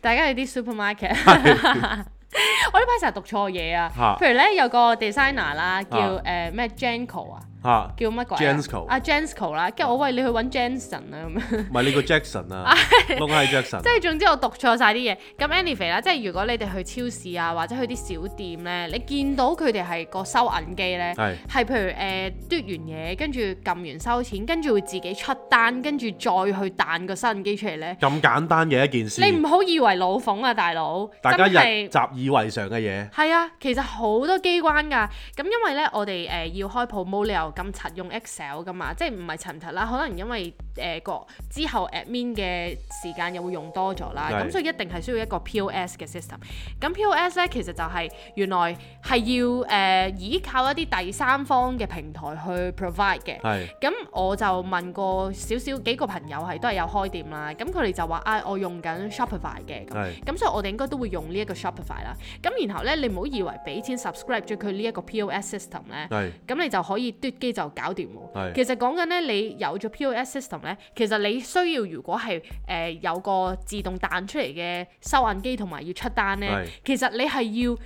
Speaker 2: 大家去啲 supermarket，我呢排成日讀錯嘢啊
Speaker 1: 嚇。
Speaker 2: 譬如咧有個 designer 啦，叫
Speaker 1: 嚇
Speaker 2: 誒咩 Janko 啊，
Speaker 1: 嚇，
Speaker 2: 叫乜鬼啊
Speaker 1: Jansko
Speaker 2: 啊 Jansko 啦，跟住我喂你去揾 Janson 啊咁樣。
Speaker 1: 唔係你個 Jackson 啊，窿閪 Jackson
Speaker 2: 即係總之我讀錯晒啲嘢。咁 anyway 啦，即係如果你哋去超市啊，或者去啲小店咧，你見到佢哋係個收銀機咧，
Speaker 1: 係
Speaker 2: 係譬如誒、呃、嘟完嘢，跟住撳完收錢，跟住會自己出單，跟住再去彈個收銀機出嚟咧。
Speaker 1: 咁簡單嘅一件事，
Speaker 2: 你唔好以為老馮啊，大佬，
Speaker 1: 大家
Speaker 2: 真
Speaker 1: 日
Speaker 2: 係。
Speaker 1: 習以為常嘅嘢，
Speaker 2: 係啊，其實好多機關㗎。咁因為咧，我哋誒、呃要開鋪冇理由咁柒用 Excel 㗎嘛，即係唔係柒唔柒啦？可能因為誒個、之後 admin 嘅時間又會用多咗啦，
Speaker 1: 係
Speaker 2: 咁所以一定係需要一個 POS 嘅 system。咁 POS 咧其實就係原來係要誒、呃依靠一啲第三方嘅平台去 provide 嘅。
Speaker 1: 係
Speaker 2: 咁我就問過少少幾個朋友係都係有開店啦，咁佢哋就話啊，我用緊 Shopify 嘅，咁
Speaker 1: 係
Speaker 2: 咁所以我哋應該都會用呢一個 Shopify 啦。咁然後咧，你唔好以為俾錢 subscribe 咗佢呢一個 POS system 咧。
Speaker 1: 係
Speaker 2: 咁你就可以嘟機就搞掂
Speaker 1: 係
Speaker 2: 喎。其實講緊咧，你有咗 POS system 咧，其實你需要如果係誒、呃有個自動彈出嚟嘅收銀機同埋要出單咧
Speaker 1: 係，
Speaker 2: 其實你係要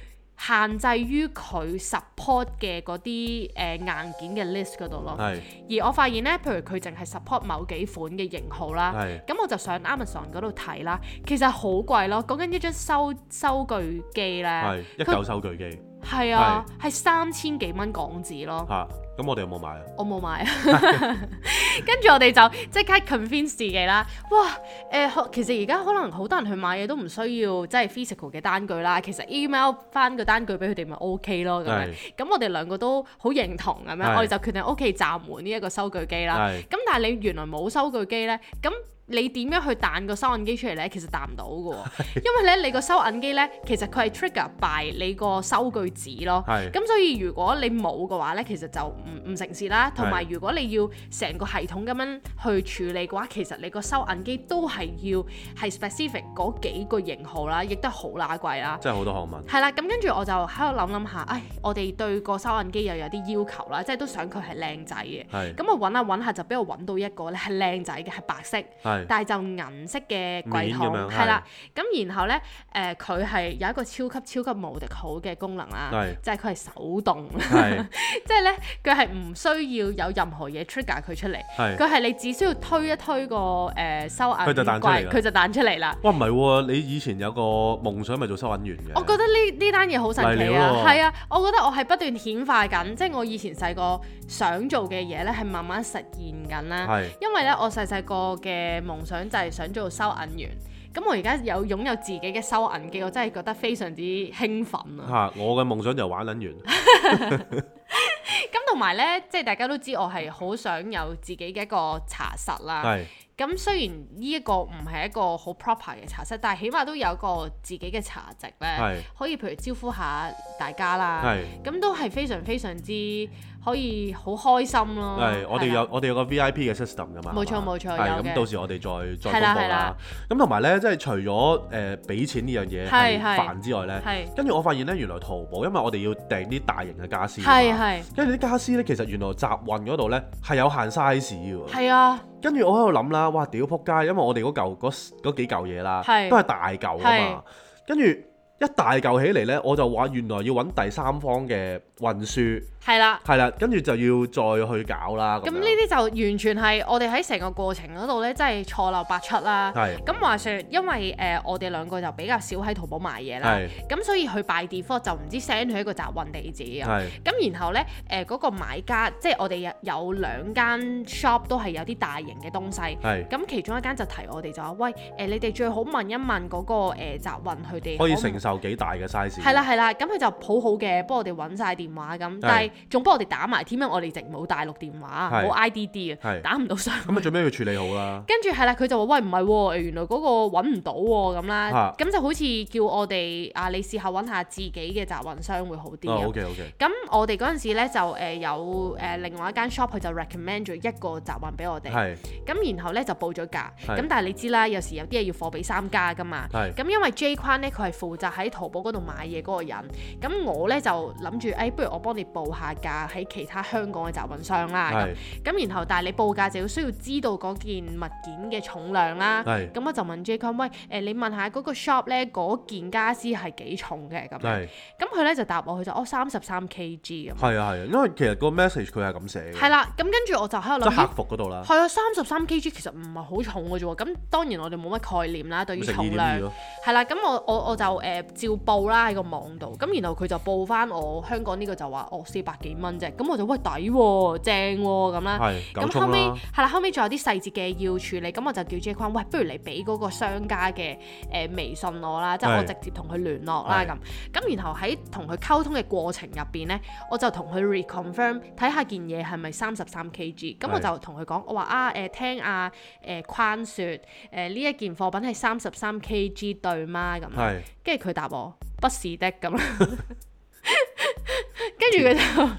Speaker 2: 限制於佢 support 嘅嗰啲誒硬件嘅 list 嗰度咯。
Speaker 1: 係
Speaker 2: 而我發現咧，譬如佢淨係 support 某幾款嘅型號啦
Speaker 1: 係，
Speaker 2: 咁我就上 Amazon 嗰度睇啦，其實好貴咯，講緊一張收收據機
Speaker 1: 係
Speaker 2: 咧，
Speaker 1: 一嚿收據機
Speaker 2: 係啊，係三千幾蚊港紙咯。
Speaker 1: 嚇，咁我哋有冇買啊？
Speaker 2: 我冇買， 跟住我哋就即刻 convince 自己啦。哇！誒、可其實而家可能好多人去買嘢都唔需要即係 physical 嘅單據啦，其實 email 翻個單據俾佢哋咪 OK 咯咁樣
Speaker 1: 係。
Speaker 2: 咁我哋兩個都好認同咁
Speaker 1: 係
Speaker 2: 樣，我哋就決定 OK 暫緩呢一個收據機啦。
Speaker 1: 係
Speaker 2: 咁但係你原來冇收據機呢，咁你點樣去彈個收銀機出嚟呢？其實彈唔到嘅喎，因為呢，你個收銀機呢，其實佢係 trigger by 你個收據紙咯。
Speaker 1: 係
Speaker 2: 咁所以如果你冇嘅話呢，其實就唔唔成事啦。同埋
Speaker 1: 係
Speaker 2: 如果你要成個系統咁樣去處理嘅話，其實你個收銀機都係要係 specific 嗰幾個型號啦，亦都好乸貴啦。
Speaker 1: 真係好多學問，
Speaker 2: 係啦，咁跟住我就喺度諗諗下，唉，我哋對個收銀機又有啲要求啦，即係都想佢係靚仔嘅。
Speaker 1: 係
Speaker 2: 咁我揾下揾下就俾我揾到一個咧係靚仔嘅，係白色，
Speaker 1: 係
Speaker 2: 但係就銀色嘅櫃
Speaker 1: 嗯面咁樣
Speaker 2: 桶，係啦。咁然後呢，誒佢係有一個超級超級無敵好嘅功能啦
Speaker 1: 係，
Speaker 2: 就係佢係手動，
Speaker 1: 係
Speaker 2: 即係呢，佢係唔需要有任何嘢 trigger 佢出嚟，
Speaker 1: 係。
Speaker 2: 佢係你只需要推一推個誒、呃收銀
Speaker 1: 佢就彈出嚟
Speaker 2: 櫃，
Speaker 1: 啦
Speaker 2: 佢就彈出嚟啦。
Speaker 1: 哇，唔係喎，你以前有個夢想咪做收銀員嘅？
Speaker 2: 我覺得呢呢單嘢好神
Speaker 1: 嚟
Speaker 2: 奇
Speaker 1: 料
Speaker 2: 啊
Speaker 1: 喎，
Speaker 2: 係啊，我覺得我係不斷顯化緊，即係我以前細個想做嘅嘢咧，係慢慢實現緊啦。
Speaker 1: 係
Speaker 2: 因為咧，我細細個嘅夢想就係想做收銀員，咁我而家有擁有自己嘅收銀機，我真係覺得非常之興奮啊！
Speaker 1: 嚇，我嘅夢想就係玩撚員，
Speaker 2: 咁同埋咧，即係大家都知我係好想有自己嘅一個茶室啦。
Speaker 1: 係
Speaker 2: 咁雖然呢一個唔係一個好 proper 嘅茶室，但係起碼都有個自己嘅茶席咧，
Speaker 1: 係
Speaker 2: 可以譬如招呼下大家啦。
Speaker 1: 係
Speaker 2: 咁都係非常非常之可以好開心咯。
Speaker 1: 係，我哋
Speaker 2: 嗯係啦
Speaker 1: 有我哋有個 VIP 嘅 system 噶嘛，
Speaker 2: 冇錯
Speaker 1: 係嘛
Speaker 2: 冇錯
Speaker 1: 係
Speaker 2: 有嘅
Speaker 1: 咁到時我哋再再
Speaker 2: 係啦
Speaker 1: 公佈
Speaker 2: 係
Speaker 1: 啦
Speaker 2: 啦。
Speaker 1: 咁同埋咧，即係除咗誒俾錢呢樣嘢係
Speaker 2: 係係
Speaker 1: 煩之外咧，
Speaker 2: 係
Speaker 1: 跟住我發現咧，原來淘寶因為我哋要訂啲大型嘅家私㗎啊嘛，
Speaker 2: 係係
Speaker 1: 跟住啲家私咧，其實原來集運嗰度咧係有限 size 嘅喎。
Speaker 2: 係啊，
Speaker 1: 跟住我喺度諗啦，哇屌撲街，因為我哋嗰嚿嗰嗰幾嚿嘢啦，
Speaker 2: 係
Speaker 1: 都係大嚿啊嘛
Speaker 2: 係。
Speaker 1: 跟住一大嚿起嚟咧，我就話原來要揾第三方嘅運輸，
Speaker 2: 係啦。
Speaker 1: 係啦，跟住就要再去搞啦。
Speaker 2: 咁
Speaker 1: 咁
Speaker 2: 呢
Speaker 1: 樣
Speaker 2: 啲就完全係我哋喺成個過程嗰度呢，真係錯漏百出啦。
Speaker 1: 係
Speaker 2: 咁話說，因為誒、呃我哋兩個就比較少喺淘寶買嘢啦，
Speaker 1: 係
Speaker 2: 咁所以佢 by default 就唔知 send 佢一個集運地址啊。
Speaker 1: 係
Speaker 2: 咁然後呢，誒、呃嗰、個買家，即係我哋有有兩間 shop 都係有啲大型嘅東西。
Speaker 1: 係
Speaker 2: 咁其中一間就提我哋就話：喂，誒、呃你哋最好問一問嗰、個誒、集運佢哋
Speaker 1: 可以
Speaker 2: 唔
Speaker 1: 承受幾大嘅 size。
Speaker 2: 係啦係啦，咁佢就好好嘅，幫我哋揾晒電話咁，但係仲幫我哋打埋添，因為我哋直冇大陸電話，
Speaker 1: 係
Speaker 2: 冇 IDD
Speaker 1: 係
Speaker 2: 嘅，打唔到上。
Speaker 1: 咁啊，最尾要處理好啦。
Speaker 2: 跟住係啦，佢就話：喂，唔係喎，原來嗰個揾唔到喎，咁
Speaker 1: 啊
Speaker 2: 啦，咁就好似叫我哋啊，你試下揾下自己嘅集運商會好啲
Speaker 1: 啊
Speaker 2: 啊。
Speaker 1: ，OK OK，
Speaker 2: 咁我哋嗰陣時咧就誒、有誒、另外一間 shop，佢就 recommend 咗一個集運俾我哋。
Speaker 1: 係
Speaker 2: 咁然後咧就報咗價，
Speaker 1: 係
Speaker 2: 咁但係你知啦，有時有啲嘢要貨比三家噶嘛。
Speaker 1: 係
Speaker 2: 咁因為 J 框咧，佢係負責係喺淘寶嗰度買嘢嗰個人。咁我呢就諗住，誒、哎不如我幫你報下價喺其他香港嘅集運商啦。咁
Speaker 1: 係
Speaker 2: 咁然後，但係你報價就要需要知道嗰件物件嘅重量啦。
Speaker 1: 係
Speaker 2: 咁我就問 J 佢喂，誒、你問下嗰個 shop 咧，嗰件家私係幾重嘅咁樣？
Speaker 1: 係
Speaker 2: 咁佢咧就答我，佢就哦三十三 kg 咁。
Speaker 1: 係啊係啊，因為其實個 message 佢係咁寫嘅，
Speaker 2: 係啦，咁跟住我就喺度
Speaker 1: 即
Speaker 2: 諗
Speaker 1: 係，客服嗰度啦
Speaker 2: 咦，係啊，三十三 kg 其實唔係好重嘅啫喎。咁當然我哋冇乜概念啦，對於
Speaker 1: 咁乘
Speaker 2: 重
Speaker 1: 二點
Speaker 2: 量
Speaker 1: 二。咯，
Speaker 2: 係啦，咁我我我就誒、呃照報啦喺個網度，咁然後佢就報翻我香港呢個就話哦四百幾蚊啫，咁我就喂抵喎，正喎咁啦。
Speaker 1: 係夠
Speaker 2: 咁後
Speaker 1: 鐘
Speaker 2: 尾
Speaker 1: 啦，
Speaker 2: 係啦，後尾仲有啲細節嘅要處理，咁我就叫 J 框，喂，不如你俾嗰個商家嘅誒、呃微信我啦，即係
Speaker 1: 係
Speaker 2: 我直接同佢聯絡啦
Speaker 1: 係
Speaker 2: 咁。咁然後喺同佢溝通嘅過程入邊呢，我就同佢 reconfirm 睇下件嘢係咪三十三 kg。咁我
Speaker 1: 係
Speaker 2: 就同佢講，我話啊誒、呃、聽啊誒框説誒呢一件貨品係三十三 kg 對嗎咁。
Speaker 1: 係
Speaker 2: 跟住佢答我不是的 咁樣，跟住佢就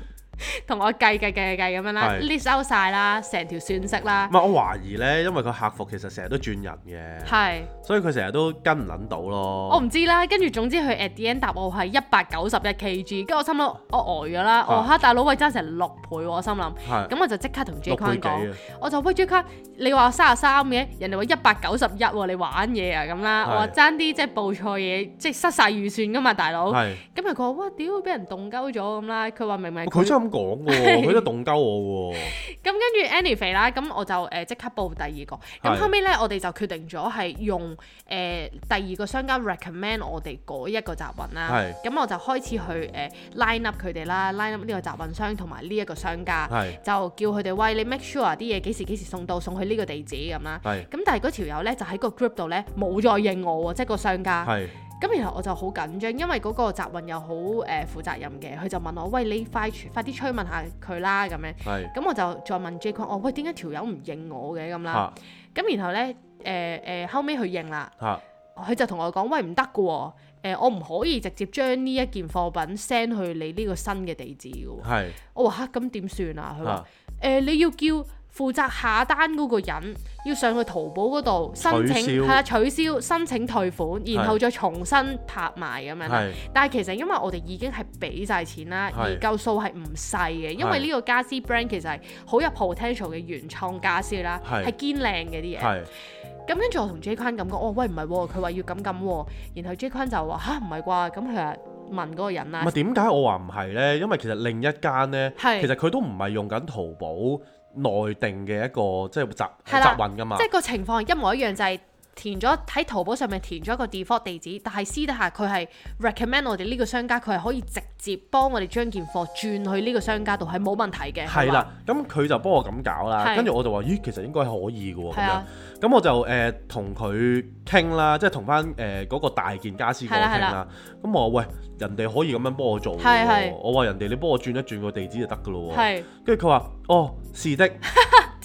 Speaker 2: 同我計計計計計咁樣啦
Speaker 1: 係哦
Speaker 2: ，list out 晒啦，成條算式啦
Speaker 1: 唔，係我懷疑咧，因為佢客服其實成日都轉人嘅，
Speaker 2: 係
Speaker 1: 所以佢成日都跟唔撚到咯。
Speaker 2: 我唔知啦。跟住總之佢 at the end 答我係一百九十一 kg，跟住我心諗我呆咗啦，我
Speaker 1: 啊
Speaker 2: 嚇大佬喂爭成六倍喎，我心諗。
Speaker 1: 係
Speaker 2: 咁我就即刻同 J
Speaker 1: 六倍
Speaker 2: Con
Speaker 1: 幾
Speaker 2: 講
Speaker 1: 啊，？
Speaker 2: 我就喂 J Con，你話三十三嘅，人哋話一百九十一喎，你玩嘢啊咁啦，
Speaker 1: 係
Speaker 2: 我話爭啲即係報錯嘢，即係失晒預算噶嘛，大佬。
Speaker 1: 係
Speaker 2: 咁啊佢話：哇，屌，俾人凍鳩咗咁啦！佢話明明
Speaker 1: 哦佢真係咁講嘅 喎，佢都動鳩我喎。
Speaker 2: 咁跟住 Annie 肥啦，咁我就誒即、刻報第二個。咁
Speaker 1: 係
Speaker 2: 後尾咧，我哋就決定咗係用誒、呃第二個商家 recommend 我哋嗰一個集運啦。
Speaker 1: 係
Speaker 2: 咁我就開始去誒、呃 line up 佢哋啦，line up 呢個集運商同埋呢一個商家，
Speaker 1: 係
Speaker 2: 就叫佢哋喂你 make sure 啊啲嘢幾時幾時送到，送去呢個地址咁啦。
Speaker 1: 係
Speaker 2: 咁但係嗰條友咧就喺個 group 度咧冇再應我喎，即係個商家。
Speaker 1: 係
Speaker 2: 咁然後我就好緊張，因為嗰個集運又好誒、呃、負責任嘅，佢就問我：喂，你快快啲催問下佢啦咁樣。
Speaker 1: 係
Speaker 2: 咁我就再問 J 君：我喂點解條友唔應我嘅咁啦？
Speaker 1: 嚇
Speaker 2: 咁然後咧誒誒後尾佢應啦，
Speaker 1: 嚇
Speaker 2: 佢就同我講：喂唔得嘅喎，呃我唔可以直接將呢一件貨品 send 去你呢個新嘅地址嘅喎。
Speaker 1: 係
Speaker 2: 我話吓咁點算啊？佢話
Speaker 1: 嚇。
Speaker 2: 誒你要叫負責下單嗰個人要上去淘寶嗰度申請，
Speaker 1: 取消
Speaker 2: 係啦取消申請退款，然後再重新拍賣咁樣啦。
Speaker 1: 係
Speaker 2: 但係其實因為我哋已經係俾晒錢啦，
Speaker 1: 係
Speaker 2: 而夠數係唔細嘅，因為
Speaker 1: 係
Speaker 2: 呢個家私 brand 其實係好有 potential 嘅原創家私啦，
Speaker 1: 係
Speaker 2: 係堅靚嘅啲嘢。
Speaker 1: 係
Speaker 2: 咁跟住我同 J 坤咁講，我話喂唔係喎，佢話要咁咁喎，然後 J 坤就話吓唔係啩，咁佢就問嗰個人啦
Speaker 1: 唔係，點解我話唔係呢？因為其實另一間呢，
Speaker 2: 係
Speaker 1: 其實佢都唔係用緊淘寶內定嘅一個即係集集
Speaker 2: 係啦
Speaker 1: 運噶嘛
Speaker 2: 即，係個情況係一模一樣，就係、填咗喺淘寶上面填咗一個 default 地址，但係私底下佢係 recommend 我哋呢個商家，佢係可以直接幫我哋將件貨轉去呢個商家度係冇問題嘅。
Speaker 1: 係啦。咁佢就幫我咁搞啦，
Speaker 2: 係
Speaker 1: 跟住我就話咦，其實應該可以嘅喎
Speaker 2: 係
Speaker 1: 咁樣
Speaker 2: 啊。
Speaker 1: 咁我就誒同佢傾啦，即係同翻誒嗰個大件家私嗰個
Speaker 2: 係啦係
Speaker 1: 傾
Speaker 2: 啦
Speaker 1: 啦。咁我話喂，人哋可以咁樣幫我做嘅
Speaker 2: 係係
Speaker 1: 喎，我話人哋你幫我轉一轉個地址就得嘅咯
Speaker 2: 係
Speaker 1: 喎。
Speaker 2: 嘛，係。
Speaker 1: 跟住佢話哦，是 的，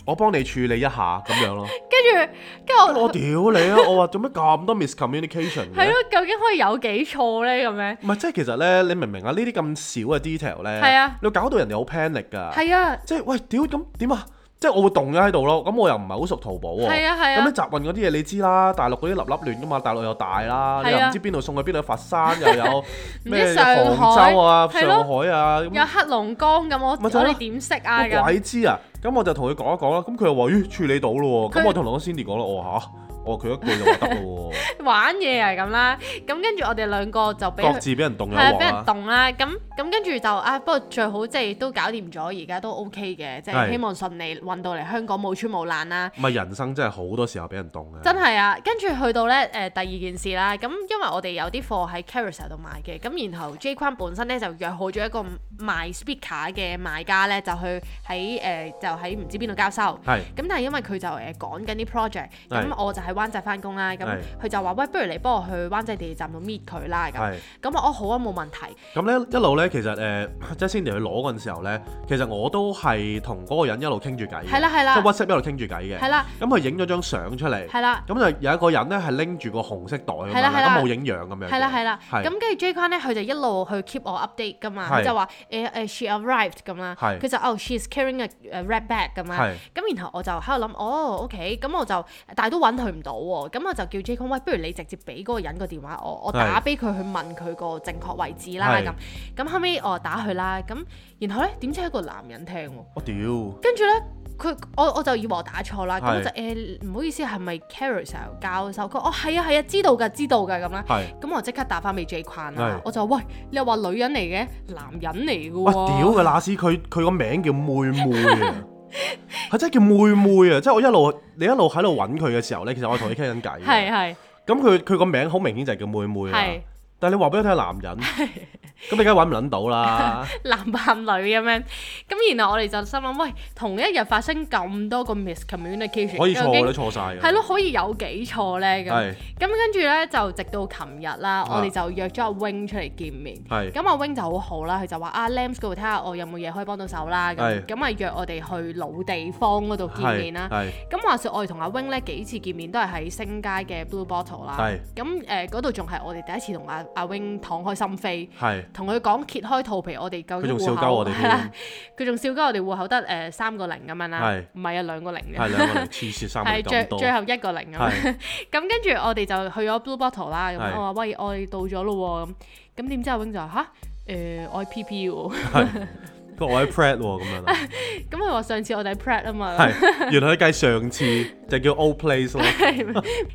Speaker 1: 我幫你處理一下咁樣咯。
Speaker 2: 跟住，
Speaker 1: 跟
Speaker 2: 跟住
Speaker 1: 住
Speaker 2: 我
Speaker 1: 我屌你啊！我話做咩咁多 miscommunication 嘅
Speaker 2: 係？咯，究竟可以有幾錯咧？咁樣
Speaker 1: 唔係，即係其實咧，你明唔明啊？呢啲咁少嘅 detail 咧，
Speaker 2: 係啊
Speaker 1: 你會搞到人哋好 panic 㗎。
Speaker 2: 係啊，
Speaker 1: 即係喂，屌咁點啊？即係我會動咗喺度咯。咁我又唔係好熟淘寶喎。
Speaker 2: 係啊係
Speaker 1: 咁
Speaker 2: 啊
Speaker 1: 你集運嗰啲嘢你知啦，大陸嗰啲粒粒亂㗎嘛，大陸又大啦，你又
Speaker 2: 係啊
Speaker 1: 唔知邊度送去邊度，佛山又 有
Speaker 2: 知
Speaker 1: 咩
Speaker 2: 上海
Speaker 1: 杭州啊、
Speaker 2: 係咯
Speaker 1: 上海啊，咁
Speaker 2: 有黑龍江咁，我我
Speaker 1: 咪就係咯
Speaker 2: 哋點識啊？
Speaker 1: 我
Speaker 2: 咁
Speaker 1: 鬼知啊！咁我就同佢講一講啦。咁佢又話：咦，處理到咯喎。
Speaker 2: 佢
Speaker 1: 咁我同我 Cindy 講啦，我話吓，我話佢一句就話得咯
Speaker 2: 玩嘢啊咁啦，咁跟住我哋兩個就
Speaker 1: 喎，
Speaker 2: 俾佢
Speaker 1: 各自俾人動咗
Speaker 2: 係啊，
Speaker 1: 鑊
Speaker 2: 俾人
Speaker 1: 啦。
Speaker 2: 凍啦，咁咁跟住就啊，不過最好即係都搞掂咗，而家都 OK 嘅，即係
Speaker 1: 係
Speaker 2: 希望順利運到嚟香港冇穿冇爛啦。
Speaker 1: 唔係人生真係好多時候俾人動嘅。
Speaker 2: 真係啊，跟住去到咧誒、第二件事啦，咁因為我哋有啲貨喺 Carousel 度買嘅，咁然後 J 坤本身咧就約好咗一個賣 speaker 嘅賣家咧，就去喺誒、就喺唔知邊度交收。
Speaker 1: 係
Speaker 2: 咁但係因為佢就誒趕緊啲 project，咁
Speaker 1: 係
Speaker 2: 我就喺灣仔翻工啦，咁
Speaker 1: 係
Speaker 2: 佢就話喂，不如你幫我去灣仔地鐵站度 meet 佢啦，咁
Speaker 1: 係。
Speaker 2: 咁我哦好啊，冇問題，
Speaker 1: 咁咧一路咧，其實誒，即係 Cindy 去攞嗰陣時候咧，其實我都係同嗰個人一路傾住偈嘅，
Speaker 2: 係啦係啦
Speaker 1: 即係 WhatsApp 一路傾住偈嘅。
Speaker 2: 係啦
Speaker 1: 咁佢影咗張相出嚟，
Speaker 2: 係啦。
Speaker 1: 咁就有一個人咧係拎住個紅色袋咁樣
Speaker 2: 係啦
Speaker 1: 啦，
Speaker 2: 係啦
Speaker 1: 咁冇影樣咁樣嘅。
Speaker 2: 係啦係啦，
Speaker 1: 係
Speaker 2: 咁跟住 J 坤咧，佢就一路去 keep 我 update 噶嘛，
Speaker 1: 係
Speaker 2: 佢就話誒誒 she arrived 咁啦，
Speaker 1: 係
Speaker 2: 佢就哦 she's carrying a a red bag 咁啦
Speaker 1: 係，
Speaker 2: 咁然後我就喺度諗，哦 OK，咁我就但係都揾佢唔到喎，咁我就叫 J 君喂，不如你直接俾嗰個人個電話我，我打俾佢去問佢個正確位置啦
Speaker 1: 係
Speaker 2: 咁。咁後尾我打佢啦，咁然後咧點知係一個男人聽喎，
Speaker 1: 我屌，
Speaker 2: 跟住咧。佢我我就以為我打錯啦，咁
Speaker 1: 係
Speaker 2: 我就誒唔、好意思，係咪 Carousel 交收？佢話哦係啊係啊，知道㗎知道㗎咁啦。
Speaker 1: 係，
Speaker 2: 咁我即刻打翻俾 J 框啦
Speaker 1: 係，
Speaker 2: 我就話喂，你又話女人嚟嘅，男人嚟嘅
Speaker 1: 哇
Speaker 2: 喎。
Speaker 1: 屌嘅那斯，佢佢個名叫妹妹 啊，係真係叫妹妹啊！即係我一路你一路喺度揾佢嘅時候咧，其實我同佢傾緊偈嘅。
Speaker 2: 係係
Speaker 1: 咁佢佢個名好明顯就係叫妹妹
Speaker 2: 係
Speaker 1: 啦。但係你話俾我聽係男人，咁你梗係揾唔撚到 啦。
Speaker 2: 男扮女咁樣，咁然後我哋就心諗，喂，同一日發生咁多個 miscommunication，
Speaker 1: 可以錯
Speaker 2: 究
Speaker 1: 嘅
Speaker 2: 竟
Speaker 1: 都錯晒嘅。
Speaker 2: 係咯，可以有幾錯呢？咁
Speaker 1: 係，
Speaker 2: 咁跟住呢，就直到琴日啦，
Speaker 1: 啊
Speaker 2: 我哋就約咗阿 wing 出嚟見面。
Speaker 1: 係
Speaker 2: 咁阿 wing 就好好啦，佢就話啊 Lams 嗰度睇下我有冇嘢可以幫到手啦。
Speaker 1: 係
Speaker 2: 咁咁啊約我哋去老地方嗰度見面啦
Speaker 1: 係。係
Speaker 2: 咁話說我哋同阿 wing 咧幾次見面都係喺星街嘅 Blue Bottle 啦
Speaker 1: 係。
Speaker 2: 咁誒嗰度仲係我哋第一次同阿阿 wing 敞開心扉。
Speaker 1: 係，
Speaker 2: 同佢講揭開肚皮，我哋究
Speaker 1: 佢仲
Speaker 2: 竟戶
Speaker 1: 笑鳩
Speaker 2: 口
Speaker 1: 我哋
Speaker 2: 係啦
Speaker 1: 添，
Speaker 2: 佢仲笑鳩我哋戶口得誒、呃三個零咁樣啦
Speaker 1: 係，
Speaker 2: 唔係啊兩個零
Speaker 1: 係
Speaker 2: 嘅，
Speaker 1: 兩個零黐線三個
Speaker 2: 係
Speaker 1: 零
Speaker 2: 最
Speaker 1: 咁多。
Speaker 2: 最後一個零咁樣。
Speaker 1: 係
Speaker 2: 咁跟住我哋就去咗 Blue Bottle 啦，咁
Speaker 1: 係
Speaker 2: 我話喂我哋到咗咯喎，咁咁點知阿 wing 就話吓，誒我喺 PP 喎，
Speaker 1: 佢話我喺 Pret 喎咁樣啦。
Speaker 2: 咁佢話上次我哋喺 Prat 啊嘛，
Speaker 1: 係，原來佢計上次就叫 Old Place 咯，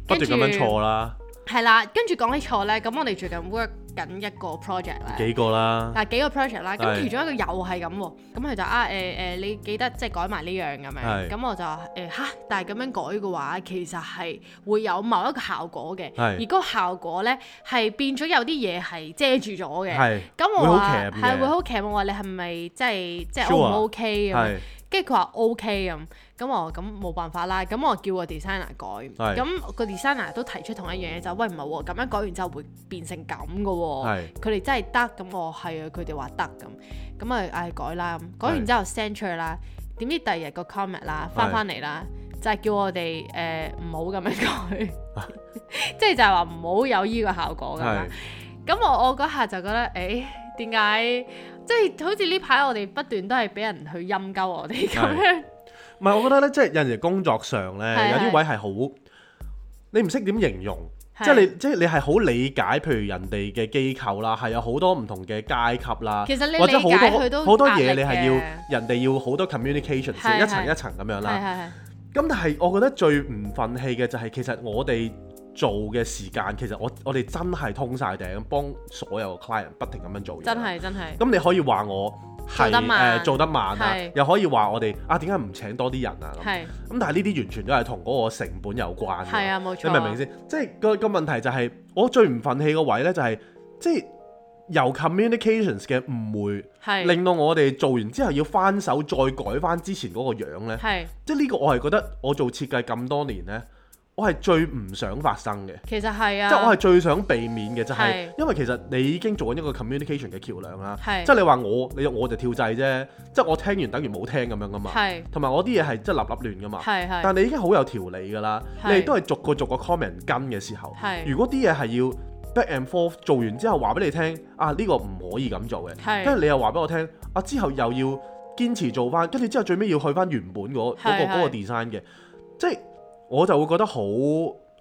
Speaker 1: 不
Speaker 2: 跟
Speaker 1: 斷
Speaker 2: 住
Speaker 1: 咁樣錯啦，
Speaker 2: 係啦，跟住講起錯咧，咁我哋最近 work 緊一個 project 咧。
Speaker 1: 幾個啦，
Speaker 2: 嗱啊幾個 project 啦，咁
Speaker 1: 係
Speaker 2: 其中一個又係咁喎，咁佢就啊誒誒、你記得即係改埋呢樣咁
Speaker 1: 係
Speaker 2: 樣，咁我就話誒嚇，但係咁樣改嘅話，其實係會有某一個效果嘅，
Speaker 1: 係
Speaker 2: 而嗰個效果咧係變咗有啲嘢係遮住咗嘅。
Speaker 1: 係
Speaker 2: 咁我
Speaker 1: 會
Speaker 2: 話
Speaker 1: 好 cam 嘅
Speaker 2: 係會好騎，我話你係咪即係即係
Speaker 1: Sure 啊
Speaker 2: O 唔 OK 咁？
Speaker 1: 係
Speaker 2: 跟住佢話 OK 咁，咁我話咁冇辦法啦，咁我叫個 designer 改，
Speaker 1: 係
Speaker 2: 咁個 designer 都提出同一樣嘢就喂唔係喎，咁樣改完之後會變成咁嘅喎。
Speaker 1: 係
Speaker 2: 佢哋真係得，咁我係啊，佢哋話得咁，咁啊唉改啦，咁改完之後 send 出去啦，點知第二日個 comment 啦，翻翻嚟啦，就係叫我哋誒唔好咁樣改， 即係就係話唔好有依個效果咁啦
Speaker 1: 係。
Speaker 2: 咁我我嗰下就覺得誒點解即係好似呢排我哋不斷都係俾人去陰鳩我哋咁樣，
Speaker 1: 唔係我覺得咧，即係有陣時工作上
Speaker 2: 係
Speaker 1: 咧，有啲位係好你唔識點形容。
Speaker 2: 係
Speaker 1: 即係你，即係你係好理解，譬如人哋嘅機構啦，係有好多唔同嘅階級啦，
Speaker 2: 其實你
Speaker 1: 或者好
Speaker 2: 理解佢都
Speaker 1: 多好多
Speaker 2: 壓
Speaker 1: 嘢，
Speaker 2: 力
Speaker 1: 你係
Speaker 2: 嘅
Speaker 1: 要人哋要好多 communication
Speaker 2: 係
Speaker 1: 先一層
Speaker 2: 係
Speaker 1: 一層咁樣
Speaker 2: 係
Speaker 1: 啦。
Speaker 2: 係係
Speaker 1: 咁但係我覺得最唔憤氣嘅就係其實我哋做嘅時間，其實我我哋真係通晒頂，幫所有 client 不停咁樣做嘢。
Speaker 2: 真。係真係
Speaker 1: 咁你可以話我係
Speaker 2: 做得慢
Speaker 1: 誒做得慢啊
Speaker 2: 係，
Speaker 1: 又可以話我哋啊點解唔請多啲人啊咁。
Speaker 2: 係
Speaker 1: 咁但係呢啲完全都係同嗰個成本有關嘅。
Speaker 2: 係啊冇錯，
Speaker 1: 你明唔明先？即係個個問題就係、我最唔憤氣個位呢，就係、即係由 communications 嘅誤會，
Speaker 2: 係
Speaker 1: 令到我哋做完之後要翻手再改翻之前嗰個樣呢。
Speaker 2: 係。
Speaker 1: 即係呢個我係覺得我做設計咁多年呢，我係最唔想發生嘅，
Speaker 2: 其實係啊，
Speaker 1: 即係我係最想避免嘅，就係、
Speaker 2: 係
Speaker 1: 因為其實你已經做緊一個 communication 嘅橋梁啦。
Speaker 2: 係
Speaker 1: 即係你話我，你我就跳掣啫，即係我聽完等於冇聽咁樣噶嘛。
Speaker 2: 係
Speaker 1: 同埋我啲嘢係即係立立亂噶嘛。
Speaker 2: 係係
Speaker 1: 但你已經好有條理㗎啦，
Speaker 2: 係
Speaker 1: 你亦都係逐個逐個 comment 跟嘅時候，
Speaker 2: 係
Speaker 1: 如果啲嘢係要 back and forth 做完之後話俾你聽，啊呢、個唔可以咁做嘅，
Speaker 2: 係
Speaker 1: 跟住你又話俾我聽，啊之後又要堅持做翻，跟住之後最尾要去翻原本嗰、嗰
Speaker 2: 係
Speaker 1: 個嗰個
Speaker 2: 係
Speaker 1: design 嘅，即係我就會覺得好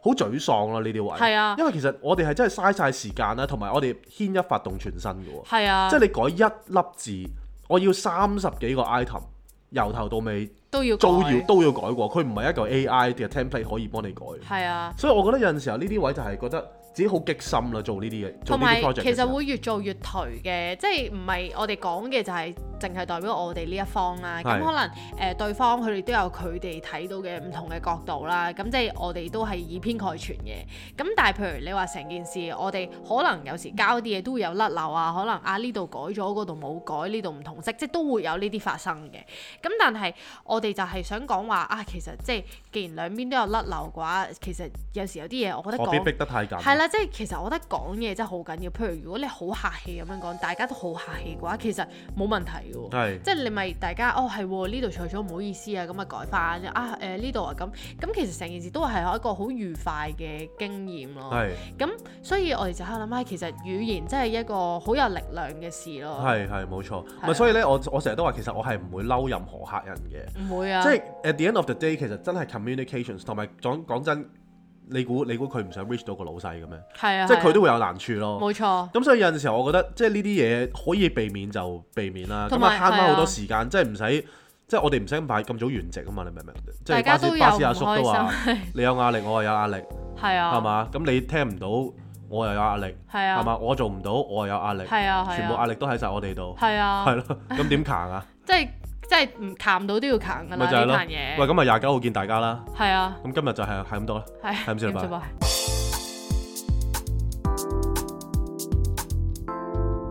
Speaker 1: 好沮喪啦呢啲位，
Speaker 2: 係啊
Speaker 1: 因為其實我哋係真係嘥晒時間啦，同埋我哋牽一發動全身嘅喎，
Speaker 2: 係啊
Speaker 1: 即，係你改一粒字，我要三十幾個 item，由頭到尾。
Speaker 2: 都要
Speaker 1: 都
Speaker 2: 改
Speaker 1: 要都要改過，佢唔係一個 AI 嘅 template 可以幫你改。
Speaker 2: 係啊，
Speaker 1: 所以我覺得有陣時候呢啲位就係覺得自己好激心啦，做呢啲嘢，做
Speaker 2: 同
Speaker 1: 呢啲
Speaker 2: 埋
Speaker 1: project 嘅
Speaker 2: 其
Speaker 1: 時
Speaker 2: 實
Speaker 1: 候
Speaker 2: 會越做越頹嘅，即係唔係我哋講嘅就係淨係代表我哋呢一方啦。咁
Speaker 1: 係
Speaker 2: 可能誒、呃、對方佢哋都有佢哋睇到嘅唔同嘅角度啦。咁即係我哋都係以偏概全嘅。咁但係譬如你話成件事，我哋可能有時交啲嘢都會有甩漏啊，可能啊呢度改咗，嗰度冇改，呢度唔同色，即係都會有呢啲發生嘅。咁但係我哋就係想講話啊，其實即係既然兩邊都有甩漏嘅話，其實有時有啲嘢我覺得
Speaker 1: 何必
Speaker 2: 講
Speaker 1: 逼得太緊？
Speaker 2: 係啦，即係其實我覺得講嘢真係好緊要。譬如如果你好客氣咁樣講，大家都好客氣嘅話，其實冇問題嘅喎。
Speaker 1: 係
Speaker 2: 即係你咪大家哦係喎，呢度錯咗唔好意思啊，咁啊改翻啊誒呢度啊咁，咁其實成件事都係一個好愉快嘅經驗咯。
Speaker 1: 係
Speaker 2: 咁所以我哋就喺度諗啊，其實語言真係一個好有力量嘅事咯。
Speaker 1: 係係冇錯。
Speaker 2: 哦係啊
Speaker 1: 咪所以呢，我我成日都話其實我係唔會嬲任何客人嘅，
Speaker 2: 唔會啊，
Speaker 1: 即係 at the end of the day 其實真係 communications 同埋講講真。你估你估佢唔想 reach 到個老細嘅咩？
Speaker 2: 係啊，
Speaker 1: 即係佢都
Speaker 2: 會
Speaker 1: 會有難處咯。
Speaker 2: 冇錯，
Speaker 1: 咁所以有陣時候，我覺得即係呢啲嘢可以避免就避免啦，咁
Speaker 2: 同
Speaker 1: 啊
Speaker 2: 埋
Speaker 1: 慳翻
Speaker 2: 係
Speaker 1: 好
Speaker 2: 啊
Speaker 1: 多時間，即係唔使即係我哋唔使咁快咁早完席啊嘛，你明唔明？即係巴
Speaker 2: 大家都
Speaker 1: 士
Speaker 2: 有
Speaker 1: 巴士阿
Speaker 2: 唔
Speaker 1: 叔都話
Speaker 2: 開心，
Speaker 1: 你有壓力，我又有壓力，
Speaker 2: 係啊，
Speaker 1: 係？嘛？咁你聽唔到，我又有壓力，
Speaker 2: 係啊，
Speaker 1: 係？嘛？我做唔到，我又有壓力，
Speaker 2: 係啊，係啊，
Speaker 1: 全部壓力都喺晒我哋度，
Speaker 2: 係啊，
Speaker 1: 係咯，咁點扛 啊？
Speaker 2: 即係即係唔談到都要談㗎
Speaker 1: 咪
Speaker 2: 啦
Speaker 1: 就係
Speaker 2: 呢
Speaker 1: 咯
Speaker 2: 壇
Speaker 1: 喂，
Speaker 2: 嘢，
Speaker 1: 咁啊廿九號見大家啦，
Speaker 2: 係啊，
Speaker 1: 咁今日就係係咁多啦。
Speaker 2: 係
Speaker 1: 係 咁先啦
Speaker 2: 點啊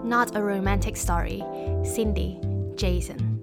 Speaker 1: 拜
Speaker 2: 拜
Speaker 3: Not a romantic story. Cindy, Jason.